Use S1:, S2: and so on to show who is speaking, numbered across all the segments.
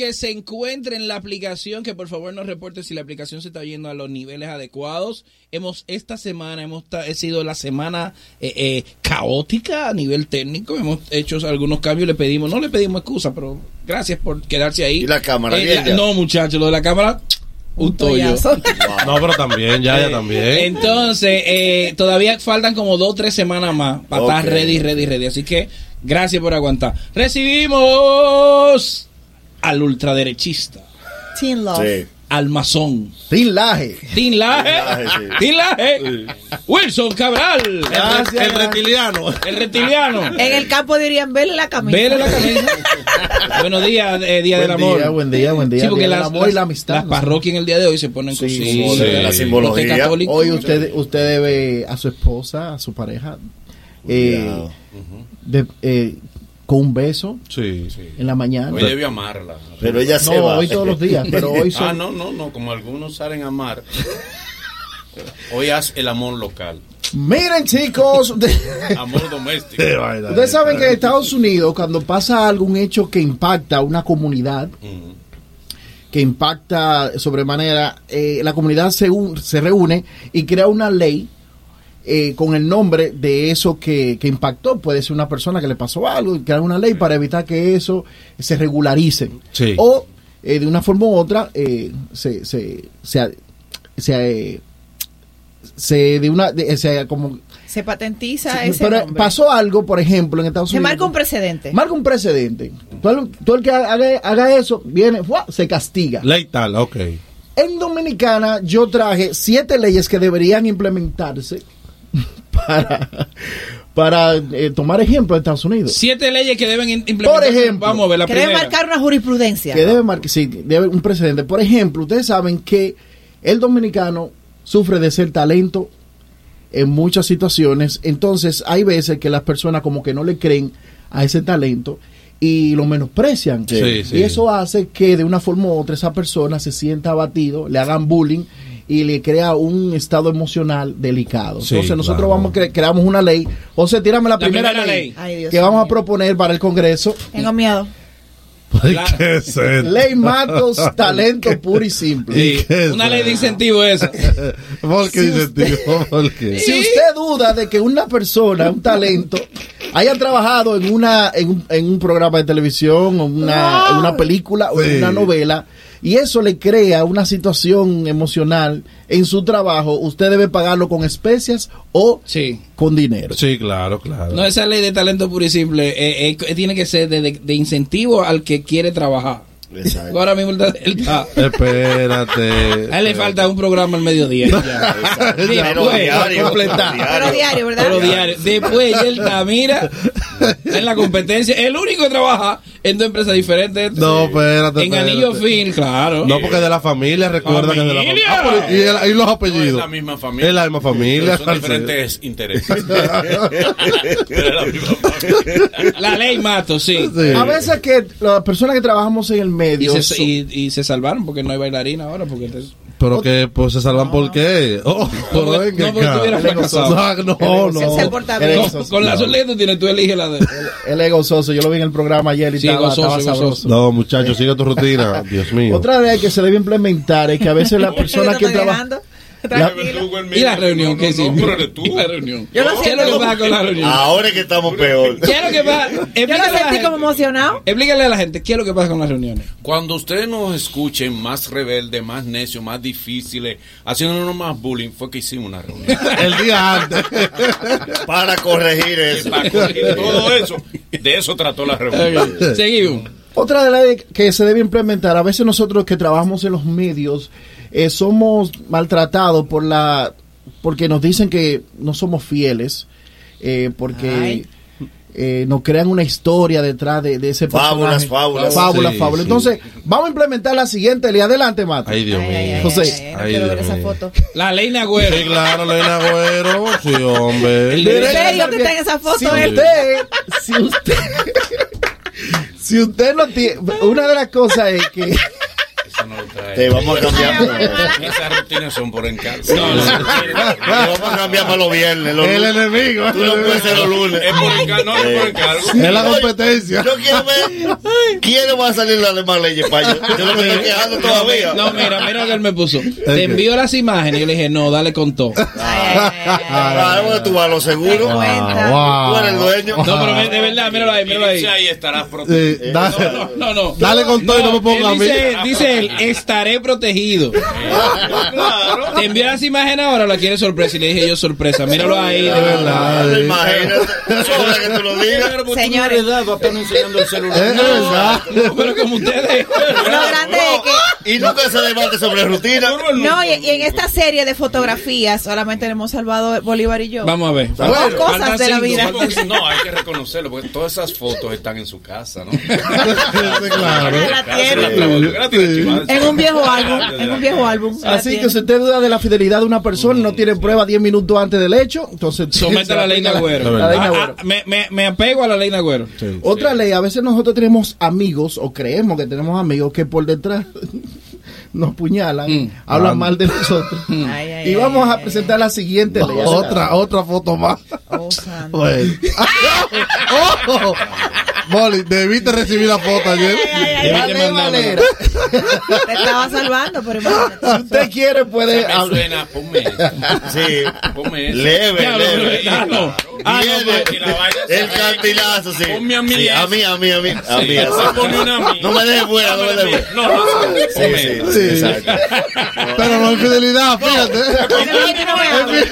S1: que se encuentre en la aplicación, que por favor nos reporte si la aplicación se está yendo a los niveles adecuados. Hemos esta semana hemos ta- ha sido la semana eh, eh, caótica a nivel técnico. Hemos hecho algunos cambios. Le pedimos, no le pedimos excusa, pero gracias por quedarse ahí.
S2: ¿Y la cámara, bien ya?
S1: no, muchachos, lo de la cámara, un toyo.
S3: Toyazo.
S2: Wow.
S4: No, pero también, ya, ya también.
S1: Entonces, eh, todavía faltan como dos o tres semanas más para
S2: Ok.
S1: estar ready, ready, ready. Así que, gracias por aguantar. Recibimos al ultraderechista,
S3: Teen Love.
S2: Sí.
S1: al masón,
S2: Sin laje.
S1: Tin
S2: Tin
S1: Laje,
S2: Laje, sí.
S1: Tin Laje, Wilson Cabral,
S5: Ah.
S2: Gracias,
S4: el
S2: gracias.
S4: reptiliano.
S1: el reptiliano.
S3: En el campo dirían, vele la camisa.
S1: Vele la camisa. Buenos días, eh, Día del
S5: buen
S1: Amor.
S5: día, buen día, buen día.
S1: Sí, porque
S5: Día del
S1: las,
S5: amor y la amistad.
S1: las parroquias en el día de hoy se ponen con
S5: Sí,
S1: sí,
S2: sí.
S1: la
S2: La simbología.
S1: católica.
S5: Hoy usted, usted debe a su esposa, a su pareja, eh,
S2: Cuidado.
S5: de- eh, con un beso
S4: Sí, sí.
S5: en la mañana.
S6: Hoy debió amarla.
S2: Pero ella se
S5: no,
S2: va.
S5: hoy todos los días, pero hoy
S6: Ah,
S5: son...
S6: no, no, no, como algunos salen a amar. Hoy haz el amor local,
S5: Miren chicos, de-
S6: amor doméstico.
S4: Qué vaina.
S5: ustedes saben que en Estados Unidos cuando pasa algún hecho que impacta a una comunidad,
S6: Mm.
S5: que impacta sobremanera, eh, la comunidad se, un- se reúne y crea una ley eh, con el nombre de eso que, que impactó. Puede ser una persona que le pasó algo y crean una ley para evitar que eso se regularice.
S4: Sí.
S5: O eh, de una forma u otra eh, se, se, se, se, eh, se- de una de- se como
S3: Se patentiza ese
S5: pero
S3: nombre.
S5: pasó algo por ejemplo en Estados
S3: Se
S5: Unidos
S3: marca un precedente.
S5: marca un precedente todo el, todo el que haga, haga eso viene ¡fua! se castiga
S4: Leital, ok.
S5: en Dominicana yo traje siete leyes que deberían implementarse para, para eh, tomar ejemplo de Estados Unidos.
S1: Siete leyes que deben in- implementarse.
S5: ejemplo,
S1: vamos a ver la
S3: que debe
S1: primera.
S3: marcar una jurisprudencia.
S5: Que debe marcar, sí, debe un precedente. Por ejemplo, ustedes saben que el dominicano sufre de ser talento en muchas situaciones. Entonces hay veces que las personas como que no le creen a ese talento y lo menosprecian.
S4: Sí,
S5: y
S4: sí.
S5: eso hace que de una forma u otra esa persona se sienta abatido, le hagan bullying y le crea un estado emocional delicado.
S4: Sí,
S5: Entonces nosotros
S4: claro.
S5: vamos a cre- creamos una ley. José, tírame la,
S1: La
S5: primera,
S1: primera
S5: ley,
S1: ley.
S3: Ay, Dios
S5: que vamos
S3: mío.
S5: a proponer para el Congreso.
S3: Tengo miedo.
S1: La-
S4: ¿Qué es esto?
S5: Ley Matos, talento puro y simple.
S1: Sí,
S4: ¿Qué
S1: una
S4: es
S1: ley de incentivo esa.
S4: ¿Por qué
S5: Si
S4: dices,
S5: usted-
S4: tío? ¿Por qué?
S5: Si usted duda de que una persona, un talento, haya trabajado en una en un, en un programa de televisión, o una, en una película o en
S4: Sí.
S5: una novela, y eso le crea una situación emocional en su trabajo, usted debe pagarlo con especias o
S1: Sí.
S5: con dinero.
S4: Sí, claro, claro.
S1: No, esa ley de talento puro y simple eh, eh, tiene que ser de, de- de incentivo al que quiere trabajar.
S2: Exacto.
S1: Ahora mismo él está-
S4: Espérate.
S1: a él le falta un programa al mediodía. ya.
S2: Exacto.
S1: Bien,
S2: Pero
S1: bueno,
S2: diario,
S1: completar.
S3: Pero diario, ¿verdad?
S1: Pero diario. Después ya él está, mira, en la competencia. El único que trabaja en dos empresas diferentes.
S4: No, espérate.
S1: En Anillo
S4: espérate.
S1: Film, claro.
S4: No, porque de la familia, recuerda que es de la
S1: ¡Familia!
S4: familia. Ah, pero y, el- y los apellidos.
S6: No es la misma familia.
S4: Es la misma familia.
S6: Pero son diferentes intereses. Pero es la misma familia.
S1: La ley mato, sí.
S4: Sí.
S5: A veces que las personas que trabajamos en el
S1: Y
S5: medio...
S1: se, y- y se salvaron porque no hay bailarina ahora. Porque te-
S4: Pero que pues se salvan por qué. Oh,
S1: No,
S4: pero
S1: porque-
S4: venga
S1: no, porque
S4: acá.
S1: tuviera fracasado.
S4: Ah, No, no.
S3: Se salvó el Eso
S5: Él es
S1: con,
S5: Oh, gozoso.
S1: con la suerte que tú tienes, tú eliges la de.
S5: Él es gozoso. Yo lo vi en el programa ayer y
S1: Sí,
S5: estaba,
S1: gozoso,
S5: estaba
S1: gozoso.
S5: sabroso.
S4: No, muchachos, sigue tu rutina. Dios mío.
S5: Otra ley que se debe implementar es que a veces la persona que trabaja...
S3: Tranquilo.
S1: Y la reunión que
S6: sí.
S1: hicimos.
S6: No, pero eres tú.
S1: Y la reunión.
S3: Yo lo
S1: ¿Qué es lo
S3: siento
S1: que
S3: como-
S1: pasa con la reunión?
S2: Ahora es que estamos peor.
S1: ¿Qué es lo que pasa?
S3: Yo lo
S1: Explícale a la
S3: sentí
S1: gente.
S3: como emocionado.
S1: Explícale a la gente qué es lo que pasa con las reuniones.
S6: Cuando ustedes nos escuchen más rebelde, más necio, más difíciles, haciéndonos más bullying, fue que hicimos una reunión.
S4: El día antes.
S2: Para corregir eso.
S6: Para corregir todo eso, de eso trató la reunión.
S1: Ok, Seguimos.
S5: Otra de las que se debe implementar, a veces nosotros que trabajamos en los medios eh, somos maltratados por la porque nos dicen que no somos fieles, eh, porque eh, nos crean una historia detrás de, de ese
S2: Fábulas,
S5: personaje.
S2: fábulas.
S5: fábulas,
S4: Sí,
S5: fábulas.
S4: sí.
S5: Entonces, vamos a implementar la siguiente ley. Adelante, Mate.
S4: Ay, Dios
S3: Ay,
S4: mío.
S3: ay, ay,
S5: José.
S3: ay, ay, no
S4: Ay,
S3: quiero
S4: Dios
S3: ver esa
S4: mío.
S3: foto.
S1: La ley Nagüero.
S4: Sí, claro, Leina Agüero. Sí, hombre.
S1: El
S3: ¿En
S1: de-
S3: serio que está en esa foto? eh.
S5: Si
S3: él?
S5: usted, si usted, si usted no tiene, una de las cosas es que
S6: Esa no lo trae.
S2: Te vamos a cambiar.
S6: Esas rutinas son por encargo.
S1: No, no, no.
S2: Te vamos a cambiar para los viernes. Los
S4: El
S2: lunes.
S4: enemigo.
S2: Tú no puedes ser los lunes.
S6: Es por encargo, no es por encargo.
S4: Es la competencia.
S2: Yo quiero ver quién va a salir la alemán leyes para yo. Yo no me estoy quejando todavía.
S1: No, mira, mira lo que él me puso. Te envío las imágenes y yo le dije, no, dale con todo.
S2: Ah, bueno, tú vas a lo seguro.
S4: Ah,
S3: cuenta.
S4: wow.
S2: Tú eres el dueño.
S1: No, pero ve- de verdad, míralo ahí, míralo ahí.
S6: Inicia ahí estarás protegido.
S4: Sí, dale,
S1: No, no, no.
S4: dale con todo y no me pongas a
S1: él
S4: mí.
S1: dice, dice él, estaré protegido. Te envío las imágenes ahora, o la quiere sorpresa. Y le dije yo sorpresa, míralo ahí. de
S4: De
S1: verdad.
S2: Ah,
S4: verdad.
S2: no,
S4: eh.
S2: Imagínate. Sobra que tú lo digas.
S6: Pero tú no
S3: Señores.
S6: eres dado a estar enseñando el celular.
S4: Es verdad.
S1: Pero como ustedes.
S3: Lo grande es que
S2: Y nunca se debate sobre rutina.
S3: No, y, y en esta serie de fotografías solamente tenemos Salvador Bolívar y yo.
S1: Vamos a ver.
S3: Dos cosas
S1: Faltan
S3: de la
S1: cinco,
S3: vida.
S1: faltan cinco.
S6: No, hay que reconocerlo, porque todas esas fotos están en su casa, ¿no?
S4: Sí, claro.
S3: La tierra. En
S6: En
S3: un viejo álbum, en un viejo álbum. La
S5: Así que
S3: tiene.
S5: si usted duda de la fidelidad de una persona, no tiene prueba 10 minutos antes del hecho, entonces...
S1: Somete a la ley de
S4: La
S1: agüero.
S4: verdad.
S5: La ley de
S1: Ah,
S5: Agüero.
S1: ah, me, me, me apego a la ley de agüero.
S5: Otra ley, a veces nosotros tenemos amigos o creemos que tenemos amigos que por detrás nos puñalan,
S1: Mm.
S5: hablan mal de nosotros.
S3: Ay, ay,
S5: y
S3: ay,
S5: vamos a
S3: ay,
S5: presentar la siguiente ley.
S4: Otra, otra foto más.
S3: ay. Oh, santo.
S4: Bueno. ¡Oh! Molly, debiste recibir la foto ayer.
S1: Debí
S5: La
S1: de
S5: ley
S1: mandármela.
S5: Valera.
S3: Te estaba salvando, pero imagínate.
S5: Si usted quiere, puede
S6: Me
S5: hablar.
S6: suena, ponme eso.
S2: Sí.
S6: Ponme eso.
S2: Leve,
S1: Diablo,
S2: leve.
S1: ah, no. Ah, no,
S2: Viene
S1: pues,
S6: y la vaina se
S2: el
S6: ve.
S2: cantilazo, sí.
S6: Ponme a mí
S2: Sí,
S6: eso.
S2: a mí, a mí, a mí. A mí,
S6: Sí,
S2: así.
S6: ponme una a mí.
S2: No me dejes fuera, no me dejes fuera.
S6: No, no, no,
S2: Sí,
S6: ponme
S2: sí,
S6: eso.
S2: sí, exacto.
S4: Pero no hay fidelidad, fíjate.
S3: Pero no, yo no voy a hablar.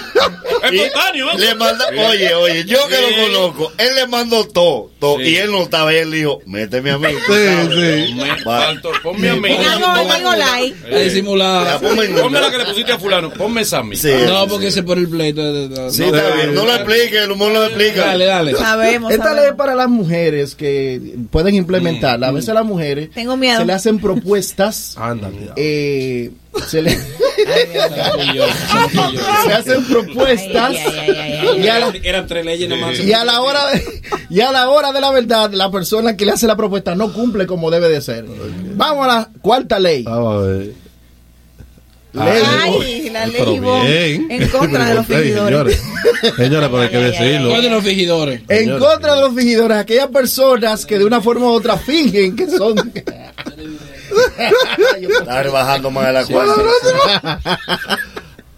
S2: Y
S6: Espontáneo.
S2: le manda, oye, oye, yo que
S6: Sí.
S2: lo conozco, él le mandó todo, todo,
S6: Sí.
S2: y él no estaba, él dijo, méteme a mí. tú sabes.
S4: Sí, sí.
S6: Me
S2: Va.
S6: faltó, Ponme a mí.
S3: En algo, en algo like.
S1: La disimulada.
S2: Ya, ponme en
S6: Ponme la
S2: una.
S6: que le pusiste a fulano. Ponme esa a mí.
S2: Sí,
S1: No,
S2: sí,
S1: porque
S2: sí.
S1: se por el pleito. de- de-
S2: Sí,
S1: no,
S2: está
S1: dale,
S2: bien, no lo explique, el humor no lo explica.
S1: Dale, dale.
S3: Sabemos.
S5: Esta ley es
S3: sabemos.
S5: para las mujeres que pueden implementarla. A
S1: Mm.
S5: veces a las mujeres
S3: Tengo miedo.
S5: se le hacen
S1: Ah.
S5: propuestas.
S4: Ándale.
S5: eh, se le,
S1: Soy yo, soy yo.
S5: se hacen propuestas
S3: Ay, ay, ay, ay, ay.
S5: y a la-
S1: Eran tres leyes nomás.
S5: y a la hora de, y a la hora de la verdad la persona que le hace la propuesta no cumple como debe de ser vamos a la cuarta ley
S4: Vamos a ver.
S5: Ley.
S3: Ay, la ley
S4: Pero
S3: Ivón,
S4: bien.
S3: en contra de los
S4: Pero, hey,
S3: fingidores.
S4: Señores, señores, pero hay que
S3: Ay, ay, ay,
S4: decirlo.
S1: ¿Cuál de los fingidores?
S5: en contra de los fingidores aquellas personas que de una forma u otra fingen que son
S2: Está rebajando más de la cuenta.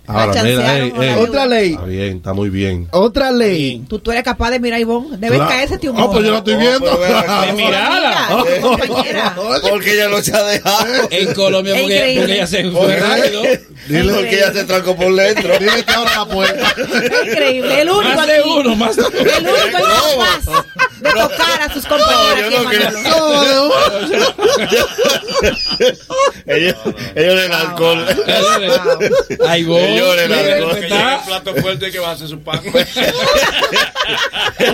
S4: Ahora, mira, hey,
S3: chancearon,
S4: hey.
S3: hola.
S5: Otra ley.
S4: Está bien, está muy bien.
S5: otra ley
S3: Tú, tú eres capaz de mirar, Ivonne. Debes
S4: Claro.
S3: caerse, tío.
S4: Oh, pues yo la estoy
S2: Oh,
S4: viendo.
S2: pero ven acá.
S1: Mira. Mirala.
S3: Mira, compañera.
S2: Porque ella no se ha dejado.
S1: En Colombia,
S3: Es
S1: porque,
S3: increíble.
S1: porque ella se fue rápido.
S2: ¿Eh? Dile porque ella se trancó por dentro.
S4: Dile que ahora la puerta.
S3: Increíble. El único
S1: Más de
S3: aquí.
S1: uno, más de uno.
S3: El único es capaz de tocar a sus compañeros.
S2: No, yo
S3: aquí en
S2: no creo.
S3: Manolo.
S4: No, de uno.
S2: Ellos, ellos en el alcohol.
S1: Ay, vos.
S2: Señores, la
S1: mira,
S2: verdad.
S6: Que llegue el
S1: está-
S6: plato fuerte que va a hacer su pan.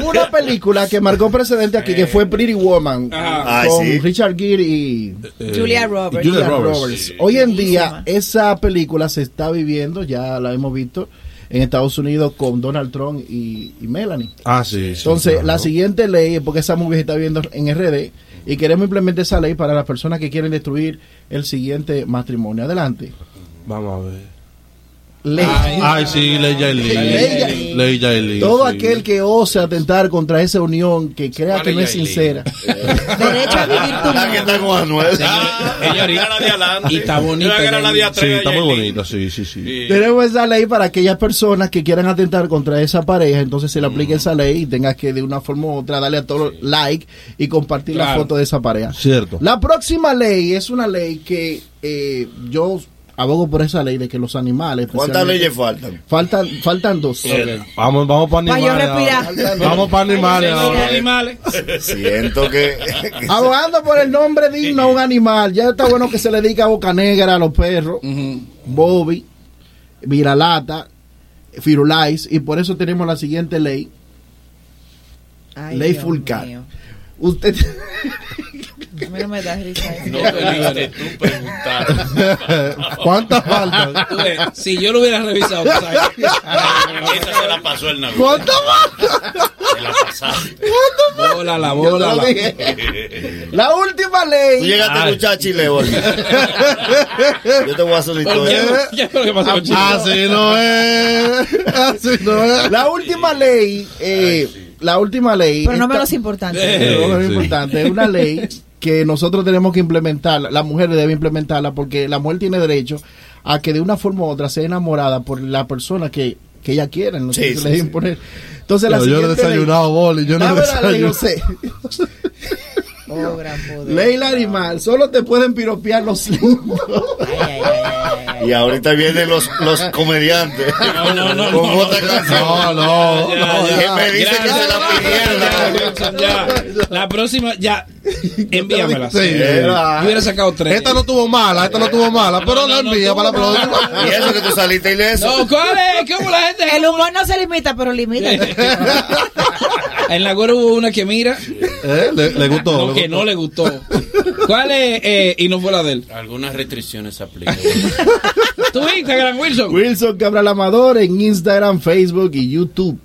S5: hubo una película que marcó precedente aquí que fue Pretty Woman
S1: Ajá.
S2: Ay,
S5: con
S2: sí.
S5: Richard Gere y
S3: Julia Roberts.
S4: Eh, Julia
S5: Julia
S4: Roberts.
S5: Roberts.
S4: Sí.
S5: Pues Hoy en
S3: Buenísima.
S5: día esa película se está viviendo, ya la hemos visto en Estados Unidos con Donald Trump y, y Melanie.
S4: Ah, sí. sí,
S5: Entonces,
S4: claro.
S5: la siguiente ley, porque esa movie se está viendo en RD, y queremos implementar esa ley para las personas que quieren destruir el siguiente matrimonio. Adelante.
S4: Vamos a ver.
S5: Ley.
S4: Ay, Ah, sí, Ley Yailin.
S5: Ley-
S4: Ley Yailin.
S5: Todo
S4: sí.
S5: aquel que ose atentar contra esa unión, que crea que no es
S6: Yailin.
S5: sincera.
S3: Derecho a vivir tu
S2: La que
S3: vida.
S2: está con Anuel.
S1: Señorita.
S6: Era Ah, la de adelante.
S1: Y está bonita,
S6: Era que era la de atrás
S4: Sí,
S6: de
S4: está muy
S6: Yailin.
S4: bonita, sí, sí, sí.
S6: Sí.
S5: Tenemos esa ley para aquellas personas que quieran atentar contra esa pareja, entonces se le aplique esa ley y tengas que de una forma u otra darle a todos los like y compartir la
S1: Claro.
S5: foto de esa pareja.
S4: Cierto.
S5: La próxima ley es una ley que eh, yo abogo por esa ley de que los animales...
S2: ¿Cuántas
S5: especialmente-
S2: leyes faltan?
S5: Faltan, faltan dos.
S4: Vamos, vamos para
S3: Pa' yo
S4: animales.
S3: respirar.
S4: ahora. Vamos para animales.
S1: Son
S4: ahora.
S1: animales.
S2: Siento que.
S3: Ah.
S5: Abogando por el nombre digno a un animal. Ya está bueno que se le diga boca negra a los perros. Bobby, Viralata, Firulais. Y por eso tenemos la siguiente ley.
S3: Ay,
S5: Ley
S3: Dios
S5: Fulcar.
S3: mío.
S5: Usted...
S3: A mí no me da risa eso.
S6: No debiste tú preguntar.
S4: ¿Cuántas faltan?
S1: Tú ves, Si yo lo hubiera revisado, tú sabes.
S6: Esa se la pasó el Navidad.
S4: ¿Cuántas faltan?
S6: Se la pasaste.
S1: Bola, la bola.
S5: Yo
S1: la-
S5: te lo dije. La última ley.
S2: Tú llegaste a escuchar Chile hoy. Yo te voy a hacer la historia.
S1: Ya- ya es lo que pasó con Chile.
S4: Así no es. Así no es.
S5: La última ley, eh, la última ley.
S3: Pero no
S5: esta-
S3: menos importante.
S5: Pero no menos
S6: Sí.
S5: importante. Es una ley que nosotros tenemos que implementar. La mujer debe implementarla porque la mujer tiene derecho a que de una forma u otra sea enamorada por la persona que, que ella quiera. No sé
S2: Sí,
S5: si
S2: sí,
S5: le debe
S2: sí.
S5: imponer. Entonces la
S4: Yo, yo no he
S5: siguiente ley- Ah,
S4: desayunado, Boli. Yo no he
S5: Dame la ley,
S4: desayunado.
S5: José.
S3: Oh, gran poder.
S5: Ley animal. Solo te pueden piropear los lindos.
S3: Ay, ay, ay, ay,
S2: Y ahorita vienen los, los comediantes.
S1: No, no, no,
S2: Con
S1: no.
S2: otra canción.
S4: No, no.
S1: Ya,
S4: no,
S1: ya.
S2: Que me dice que
S1: Gracias.
S2: se la
S1: Ya,
S2: pierda.
S1: Wilson, ya. La próxima, ya. Envíamela.
S4: Sí.
S1: Yo hubiera sacado tres.
S4: Esta no tuvo mala, esta no tuvo mala, pero
S1: No, no,
S4: la
S1: no
S4: envía
S1: tuvo
S4: para la
S1: mala.
S4: próxima.
S2: Y eso que tú saliste ileso.
S1: No, ¿cuál es? ¿Cómo la gente?
S3: ay. El humor no se limita, pero limita.
S1: En la Goro hubo una que mira,
S4: ¿Eh? Le, le gustó.
S1: lo que no le gustó. ¿Cuál es? Eh, y no fue la de él.
S6: Algunas restricciones aplican.
S1: ¿Tu Instagram, Wilson?
S5: Wilson Cabral Amador en Instagram, Facebook y YouTube.